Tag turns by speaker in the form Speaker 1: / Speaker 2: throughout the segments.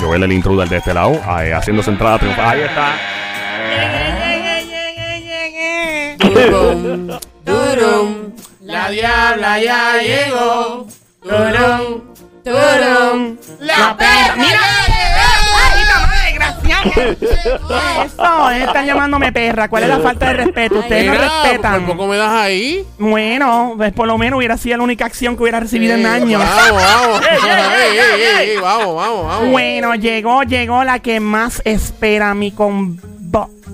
Speaker 1: Joel el intruder de este lado, ahí, haciendo su entrada triunfal. Ahí está.
Speaker 2: Durum, durum, la diabla ya llegó. Durum, durum, la perra. Mira,
Speaker 3: Eso, están llamándome perra. ¿Cuál es la falta de respeto? Ustedes no
Speaker 2: Mira, pues,
Speaker 3: respetan.
Speaker 2: ¿Por poco me das ahí?
Speaker 3: Bueno, pues por lo menos hubiera sido la única acción que hubiera recibido en años.
Speaker 2: Vamos, vamos. Ey, ey, ey, ey, Vamos, vamos, vamos.
Speaker 3: Bueno, llegó, llegó la que más espera mi combo.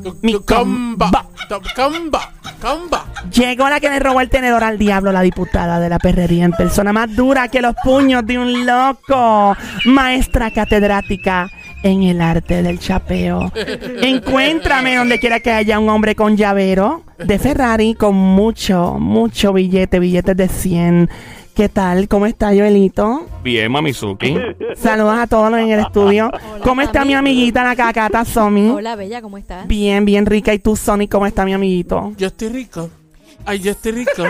Speaker 2: Tu-
Speaker 3: Mi
Speaker 2: tu comba,
Speaker 3: combo.
Speaker 2: tu comba, comba.
Speaker 3: Llegó la que le robó el tenedor al diablo, la diputada de la perrería en persona más dura que los puños de un loco. Maestra catedrática en el arte del chapeo. Encuéntrame donde quiera que haya un hombre con llavero de Ferrari con mucho, mucho billete, billetes de 100. ¿Qué tal? ¿Cómo está, Joelito?
Speaker 1: Bien, Mamizuki.
Speaker 3: Saludos a todos en el estudio. ¿Cómo está mi amiguita, la cacata Somi?
Speaker 4: Hola, Bella, ¿cómo estás?
Speaker 3: Bien, bien rica. ¿Y tú, Sonic, cómo está mi amiguito?
Speaker 2: Yo estoy rico. Ay, yo estoy rico.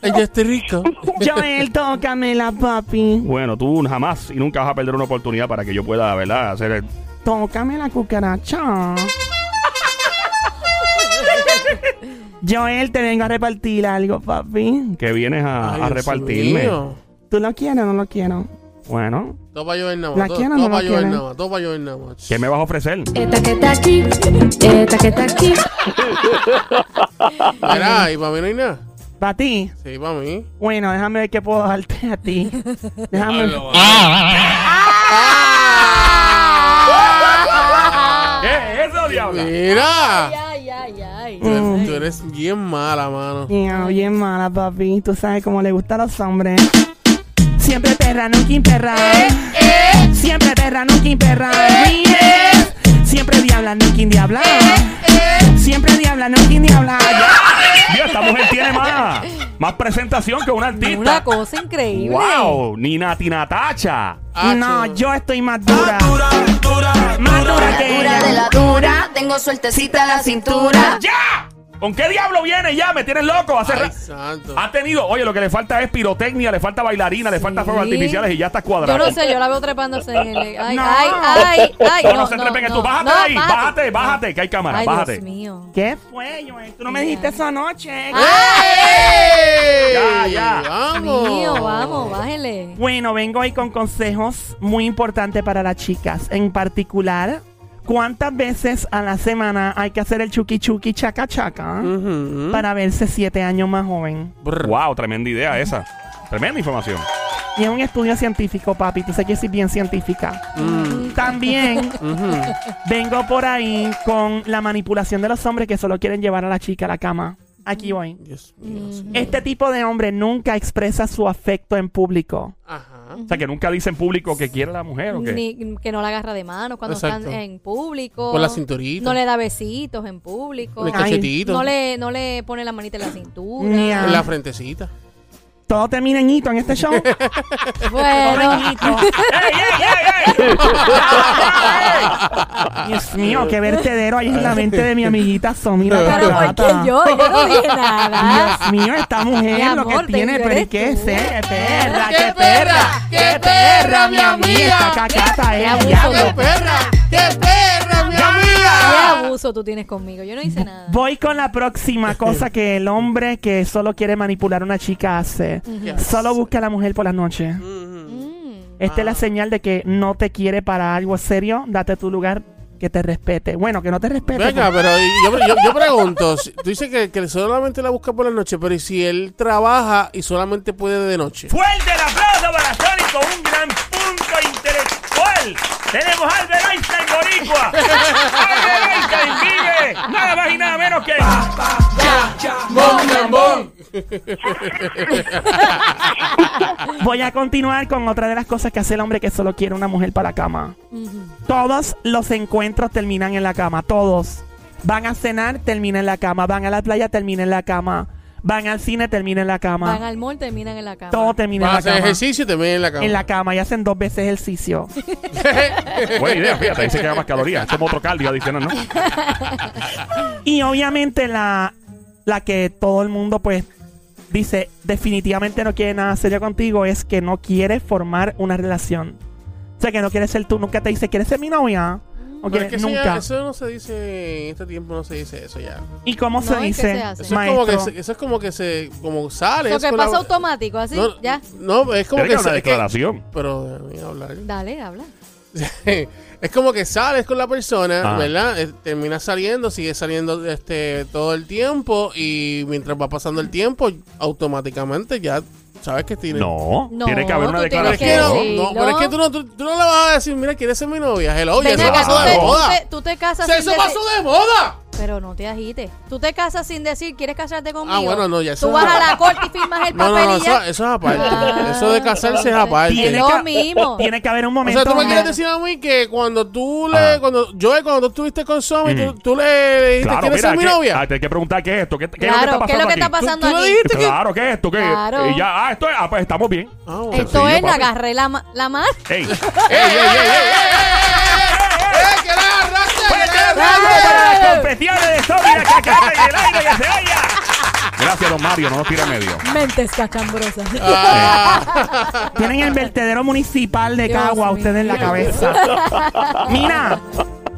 Speaker 2: Ay, yo estoy rico.
Speaker 3: Joel, tócame la papi.
Speaker 1: Bueno, tú jamás y nunca vas a perder una oportunidad para que yo pueda, ¿verdad? Hacer el...
Speaker 3: Tócame la cucaracha. Joel, te vengo a repartir algo, papi.
Speaker 1: que vienes a,
Speaker 2: Ay,
Speaker 1: a
Speaker 2: Dios
Speaker 1: repartirme.
Speaker 2: mío.
Speaker 3: ¿Tú lo quieres o no lo quiero?
Speaker 1: Bueno,
Speaker 2: Todo para llover nada
Speaker 3: ¿La
Speaker 2: más. Todo,
Speaker 3: quieren o no
Speaker 2: todo
Speaker 3: la
Speaker 2: para llover
Speaker 3: quieren?
Speaker 2: nada más. Todo para llover nada más.
Speaker 1: ¿qué me vas a ofrecer?
Speaker 5: Eta que está aquí, eta que está aquí.
Speaker 2: Mira, y para mí no hay nada.
Speaker 3: ¿Para ti?
Speaker 2: Sí, para mí.
Speaker 3: Bueno, déjame ver qué puedo darte a ti. Déjame.
Speaker 1: ¿Qué es eso, diablo?
Speaker 2: Mira.
Speaker 4: Ay, ay, ay.
Speaker 2: Tú eres-
Speaker 3: Mm.
Speaker 2: tú eres bien mala, mano.
Speaker 3: Ya, bien mala, papi. Tú sabes cómo le gustan los hombres. Siempre perra, nunca imperra. Siempre perra, nunca imperra. Siempre diabla, nunca indiabla. Siempre diabla, nunca indiabla.
Speaker 1: Dios, esta mujer tiene más, más presentación que una artista.
Speaker 4: Una cosa increíble.
Speaker 1: ¡Wow! Ni Nati Natacha.
Speaker 2: Ah,
Speaker 3: No,
Speaker 2: chulo.
Speaker 3: yo estoy más dura. Más dura que
Speaker 6: Dura de
Speaker 3: ella.
Speaker 6: la dura, tengo sueltecita la cintura.
Speaker 1: ¡Ya! ¿Con qué diablo viene ya? Me tienes loco. Hace ra-
Speaker 2: Ay, santo.
Speaker 1: ha tenido, oye, lo que le falta es pirotecnia, le falta bailarina, le falta fuegos artificiales y ya estás cuadrado.
Speaker 4: Yo no sé, yo la veo trepándose en el. Ay,
Speaker 3: No.
Speaker 4: ay, ay, ay.
Speaker 1: No, no se trepen que tú. Bájate de ahí, bájate, bájate,
Speaker 4: No.
Speaker 1: que hay cámara,
Speaker 4: Ay,
Speaker 1: bájate.
Speaker 4: Dios mío.
Speaker 3: ¿Qué fue, Joel? Tú no me dijiste eso anoche.
Speaker 6: Ah.
Speaker 2: ¡Ey!
Speaker 1: Ya, ya.
Speaker 2: Vamos.
Speaker 4: Mío, vamos, bájele.
Speaker 3: Bueno, vengo hoy con consejos muy importantes para las chicas. En particular, ¿cuántas veces a la semana hay que hacer el chuki chuki chaca chaca
Speaker 2: Ujú.
Speaker 3: para verse siete años más joven?
Speaker 2: Brr.
Speaker 1: ¡Wow! Tremenda idea esa. Tremenda información.
Speaker 3: Y es un estudio científico, papi. Tú sabes que soy bien científica. Mm. También vengo por ahí con la manipulación de los hombres que solo quieren llevar a la chica a la cama. Aquí voy.
Speaker 2: Dios mío. señor.
Speaker 3: Este tipo de hombre nunca expresa su afecto en público.
Speaker 2: Ajá.
Speaker 1: O sea, que nunca dice en público que quiere a la mujer o qué.
Speaker 4: Ni- que no la agarra de manos cuando
Speaker 2: Exacto.
Speaker 4: están en público.
Speaker 2: Con la cinturita.
Speaker 4: No le da besitos en público.
Speaker 2: Con el
Speaker 3: Ay.
Speaker 2: cachetito.
Speaker 4: No le, no le pone la manita en la cintura.
Speaker 3: Ni a-
Speaker 2: Con la frentecita.
Speaker 3: Todo termina en hito en este show.
Speaker 4: Bueno,
Speaker 1: ¡Ey, ey, ey, ey!
Speaker 3: Dios mío, qué vertedero ahí en la mente de mi amiguita Somi la
Speaker 4: pero ¿por
Speaker 3: Carlota.
Speaker 4: qué yo? Yo no dije nada.
Speaker 3: Dios mío, esta mujer
Speaker 4: Mi
Speaker 3: lo que
Speaker 4: amor,
Speaker 3: tiene,
Speaker 4: te-
Speaker 3: pero ¿y
Speaker 4: eres
Speaker 3: qué
Speaker 4: tú.
Speaker 3: sé? ¡Qué perra,
Speaker 2: ¡Qué
Speaker 3: qué
Speaker 2: perra,
Speaker 3: perra!
Speaker 2: qué perra, mi amiga!
Speaker 3: Esta cacata eh,
Speaker 4: Qué
Speaker 3: es
Speaker 4: abuso,
Speaker 3: ya.
Speaker 2: ¡Qué perra! ¡Qué perra, mi
Speaker 4: Qué
Speaker 2: amiga!
Speaker 4: abuso tú tienes conmigo. Yo no hice nada.
Speaker 3: Voy con la próxima cosa que el hombre que solo quiere manipular a una chica hace. Solo busca a la mujer por la noche.
Speaker 4: Mm.
Speaker 3: Esta es la señal de que no te quiere para algo serio. Date tu lugar que te respete. Bueno, que no te respete.
Speaker 2: Venga, pero y- yo, yo, yo pregunto, si- tú dices que, que solamente la busca por la noche, pero ¿y si él trabaja y solamente puede de noche?
Speaker 1: Fuerte el aplauso para Sony con un gran punto intelectual. Tenemos a Albert Einstein Boricua. Albert Einstein vive nada más y nada menos que.
Speaker 3: Voy a continuar con otra de las cosas que hace el hombre que solo quiere una mujer para la cama. Todos los encuentros terminan en la cama, todos. Van a cenar, termina en la cama. Van a la playa, termina en la cama. Van al cine, termina en la cama.
Speaker 4: Van al mall, terminan en la cama.
Speaker 3: Todo termina en
Speaker 2: Vas a
Speaker 3: la
Speaker 2: hacer
Speaker 3: cama.
Speaker 2: ejercicio y te metes en la cama.
Speaker 3: En la cama y hacen dos veces ejercicio.
Speaker 1: Buena idea, fíjate, dice que da más calorías. Esto es otro cardio adicional, ¿no?
Speaker 3: Y obviamente la, la que todo el mundo pues dice definitivamente no quiere nada serio contigo es que no quiere formar una relación. sea, que no quieres ser tú, nunca te dice, ¿quieres ser mi novia? O
Speaker 2: Pero
Speaker 3: quieres-
Speaker 2: es que eso ya-
Speaker 3: nunca.
Speaker 2: eso no se dice en este tiempo, no se dice eso ya.
Speaker 3: ¿Y cómo
Speaker 4: No,
Speaker 3: se
Speaker 4: ¿y qué
Speaker 3: dice?
Speaker 4: se hace?
Speaker 2: Eso es, como que se, eso es como que se como sale.
Speaker 4: Lo
Speaker 2: es
Speaker 4: que
Speaker 2: con la-
Speaker 4: pasa automático, así,
Speaker 2: No,
Speaker 4: ya.
Speaker 2: no, es como
Speaker 1: Pero
Speaker 2: que
Speaker 1: es una
Speaker 2: se- es que-
Speaker 1: declaración.
Speaker 2: pero déjame hablar.
Speaker 4: Dale, habla.
Speaker 2: es como que sales con la persona,
Speaker 1: Ah.
Speaker 2: ¿verdad? Eh, Terminas saliendo, sigues saliendo este todo el tiempo y mientras va pasando el tiempo, automáticamente ya sabes que tienes.
Speaker 1: No,
Speaker 4: No,
Speaker 1: tiene que haber una
Speaker 4: tú tienes
Speaker 2: Pero es que
Speaker 1: declaración.
Speaker 2: no,
Speaker 4: Sí,
Speaker 2: no,
Speaker 4: ¿no?
Speaker 2: pero es que tú no, tú, tú no le vas a decir, mira, ¿quieres ser mi novia? Hello, ya
Speaker 4: Ven
Speaker 2: eso
Speaker 4: acá,
Speaker 2: pasó
Speaker 4: tú
Speaker 2: de
Speaker 4: te- tú
Speaker 2: moda.
Speaker 4: te- Tú te casas
Speaker 2: ¡Eso
Speaker 4: sin
Speaker 2: pasó
Speaker 4: decir-
Speaker 2: de moda!
Speaker 4: Pero no te agites. Tú te casas sin decir, ¿quieres casarte conmigo?
Speaker 2: bueno, no, ya eso-
Speaker 4: Tú vas a la corte y firmas el
Speaker 2: No, no,
Speaker 4: papel
Speaker 2: no,
Speaker 4: y
Speaker 2: eso,
Speaker 4: ya.
Speaker 2: eso es aparte.
Speaker 4: Ah.
Speaker 2: eso de casarse es aparte.
Speaker 4: Tiene Lo mismo.
Speaker 3: tiene que haber un
Speaker 2: O
Speaker 3: momento.
Speaker 2: sea, tú me
Speaker 3: donde-
Speaker 2: quieres decir a mí que cuando tú le.
Speaker 1: Ajá.
Speaker 2: Cuando, Joel, cuando tú estuviste con Somi, tú,
Speaker 1: Mm.
Speaker 2: tú le dijiste,
Speaker 1: Claro,
Speaker 2: ¿quieres
Speaker 1: mira,
Speaker 2: ser mi
Speaker 1: ¿qué-
Speaker 2: novia?
Speaker 1: ah, te hay que preguntar qué es esto, qué, qué
Speaker 4: Claro, ¿qué es lo que
Speaker 1: aquí?
Speaker 4: está
Speaker 2: ¿Tú-
Speaker 4: pasando
Speaker 2: tú lo
Speaker 4: aquí?
Speaker 2: dijiste? ¿Viste qué?
Speaker 1: Claro, ¿qué es esto? ¿Qué es?
Speaker 4: Claro.
Speaker 1: Y ya, ah, esto es, ah, pues estamos bien.
Speaker 2: Ah, bueno.
Speaker 4: Esto es,
Speaker 1: papi.
Speaker 4: agarré la, ma- la mano.
Speaker 1: Ey,
Speaker 2: ¡Ey, ey, ey, ey, ey, ey, ey, ey, ey, que la agarraste, eh, Pues, que la agarraste!
Speaker 1: para las confesiones de Sonia que caen en el aire que se oiga. Gracias, don Mario, no nos tira medio.
Speaker 4: Mentes cachambrosas.
Speaker 3: Tienen el vertedero municipal de
Speaker 4: Dios
Speaker 3: Cagua
Speaker 4: mío.
Speaker 3: ustedes en la cabeza. Mira,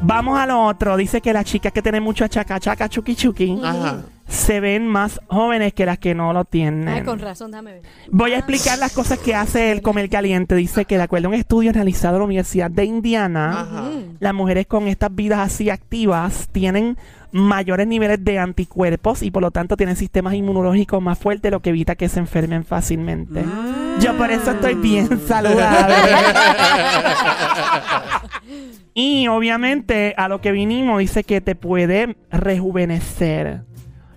Speaker 3: vamos a lo otro. Dice que las chicas que tienen mucho chaca chaca chuki chuki
Speaker 2: Ah, Ajá.
Speaker 3: se ven más jóvenes que las que no lo tienen.
Speaker 4: Ay, con razón, déjame ver.
Speaker 3: Voy a explicar las cosas que hace el comer caliente. Dice que de acuerdo a un estudio realizado en la Universidad de Indiana, las mujeres con estas vidas así activas tienen mayores niveles de anticuerpos y por lo tanto tienen sistemas inmunológicos más fuertes, lo que evita que se enfermen fácilmente. Yo por eso estoy bien saludable. y obviamente a lo que vinimos dice que te puede rejuvenecer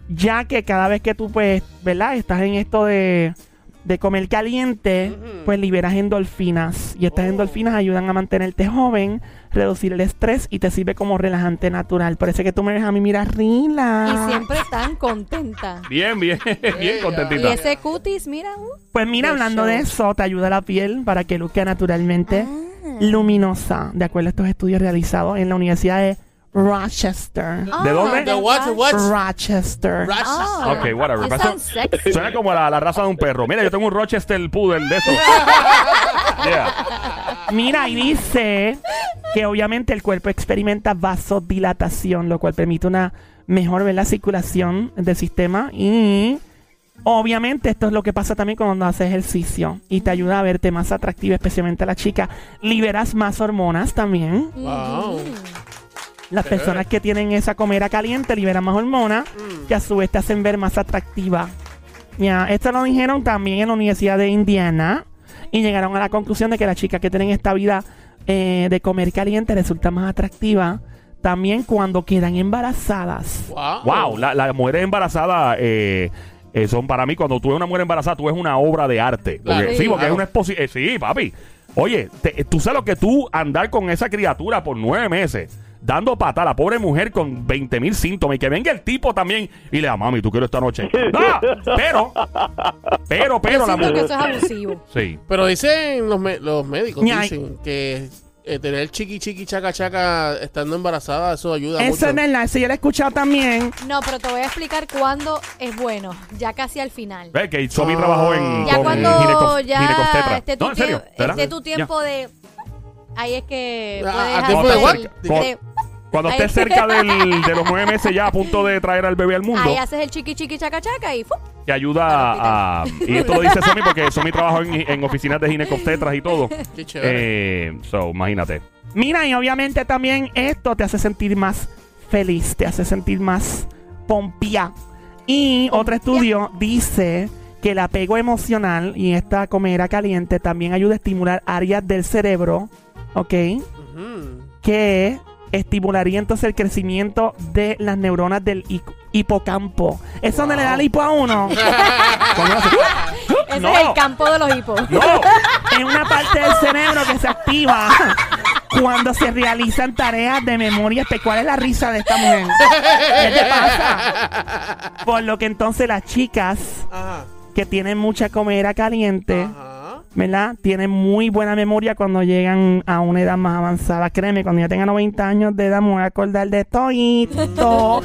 Speaker 3: ya que cada vez que tú, pues, ¿verdad? Estás en esto de, de comer caliente, pues liberas endorfinas. Y
Speaker 4: Oh.
Speaker 3: estas endorfinas ayudan a mantenerte joven, reducir el estrés y te sirve como relajante natural. Parece que tú me ves a mí, mira,
Speaker 4: Y
Speaker 3: rila.
Speaker 4: siempre tan contenta.
Speaker 1: Bien, bien, bien
Speaker 4: Y
Speaker 1: contentita.
Speaker 4: ese cutis, mira. uh,
Speaker 3: Pues mira,
Speaker 4: Qué
Speaker 3: hablando
Speaker 4: show.
Speaker 3: de eso, te ayuda la piel para que luzca naturalmente
Speaker 4: Ah.
Speaker 3: luminosa, de acuerdo a estos estudios realizados en la Universidad de Rochester.
Speaker 4: ah,
Speaker 1: ¿De dónde?
Speaker 2: The what, what?
Speaker 3: Rochester.
Speaker 2: Rush.
Speaker 4: Ah,
Speaker 1: Ok, whatever.
Speaker 4: that sounds
Speaker 1: Pasa-
Speaker 4: sexy.
Speaker 1: Suena como la, la raza de un perro. Mira, yo tengo un Rochester Poodle de esos. Yeah.
Speaker 3: Mira, y dice que obviamente el cuerpo experimenta vasodilatación, lo cual permite una mejor ¿verdad? circulación del sistema. Y obviamente esto es lo que pasa también cuando haces ejercicio y te ayuda a verte más atractiva, especialmente a la chica. Liberas más hormonas también.
Speaker 2: Wow.
Speaker 3: Las personas que tienen esa comera caliente liberan más hormonas que a su vez te hacen ver más atractiva. Ya, esto lo dijeron también en la Universidad de Indiana y llegaron a la conclusión de que las chicas que tienen esta vida eh, de comer caliente resulta más atractiva también cuando quedan embarazadas.
Speaker 2: Wow.
Speaker 1: Wow, la- las mujeres embarazadas eh, eh, son para mí, cuando tú ves una mujer embarazada, tú ves una obra de arte.
Speaker 2: Claro.
Speaker 1: Porque-
Speaker 4: Sí.
Speaker 1: sí, porque
Speaker 2: Claro.
Speaker 1: es una exposición. sí, papi. Oye, te- eh, tú sabes lo que tú andar con esa criatura por nueve meses. Dando pata a la pobre mujer con 20 mil síntomas y que venga el tipo también y le da, mami, tú quiero esta noche. ¡Ah! Pero, pero, pero
Speaker 4: Yo
Speaker 1: la
Speaker 4: siento que eso es
Speaker 1: mujer.
Speaker 4: abusivo.
Speaker 1: Sí.
Speaker 2: Pero dicen los, me- los médicos,
Speaker 3: Ñay.
Speaker 2: dicen que eh, tener chiqui chiqui chaca chaca estando embarazada, eso ayuda mucho.
Speaker 3: Eso es verdad, eso yo lo he escuchado también.
Speaker 4: No, pero te voy a explicar cuándo es bueno. Ya casi al final.
Speaker 1: Ve que Somi trabajó en.
Speaker 4: Ya
Speaker 1: con
Speaker 4: cuando
Speaker 1: gineco-
Speaker 4: ya
Speaker 1: ginecobstetra.
Speaker 4: esté tu,
Speaker 1: No, en serio.
Speaker 4: tiempo-
Speaker 1: ¿verdad?
Speaker 4: esté tu
Speaker 1: Ya.
Speaker 4: tiempo de... Ahí es que
Speaker 2: Ah,
Speaker 4: puedes
Speaker 2: ¿a tiempo de
Speaker 4: hacer-
Speaker 2: what?
Speaker 1: Con-
Speaker 4: de-
Speaker 1: Cuando estés
Speaker 4: Ahí.
Speaker 1: cerca del- de los nueve meses ya a punto de traer al bebé al mundo,
Speaker 4: Ahí haces el chiqui chiqui chaca chaca y ¡fup!
Speaker 1: te ayuda a, Y esto lo dice Somi porque Somi trabajó en, en oficinas de ginecobstetras y todo.
Speaker 2: Qué chévere.
Speaker 1: Eh, so, imagínate.
Speaker 3: Mira, y obviamente también esto te hace sentir más feliz, te hace sentir más pompía. Y otro estudio dice que el apego emocional y esta comera caliente también ayuda a estimular áreas del cerebro, ¿ok?
Speaker 2: Ujú.
Speaker 3: Que estimularía entonces el crecimiento de las neuronas del hi- hipocampo. Eso donde le da el hipo a uno.
Speaker 1: Cuando hace-
Speaker 4: Ese
Speaker 1: No.
Speaker 4: es el campo de los hipos.
Speaker 1: ¡No!
Speaker 3: es una parte del cerebro que se activa cuando se realizan tareas de memoria. espe- ¿Cuál es la risa de esta mujer? ¿Qué te pasa? Por lo que entonces las chicas
Speaker 2: Ajá.
Speaker 3: que tienen mucha comida caliente,
Speaker 2: Ajá.
Speaker 3: ¿verdad? Tienen muy buena memoria cuando llegan a una edad más avanzada. Créeme, cuando yo tenga 90 años de edad me voy a acordar de todo.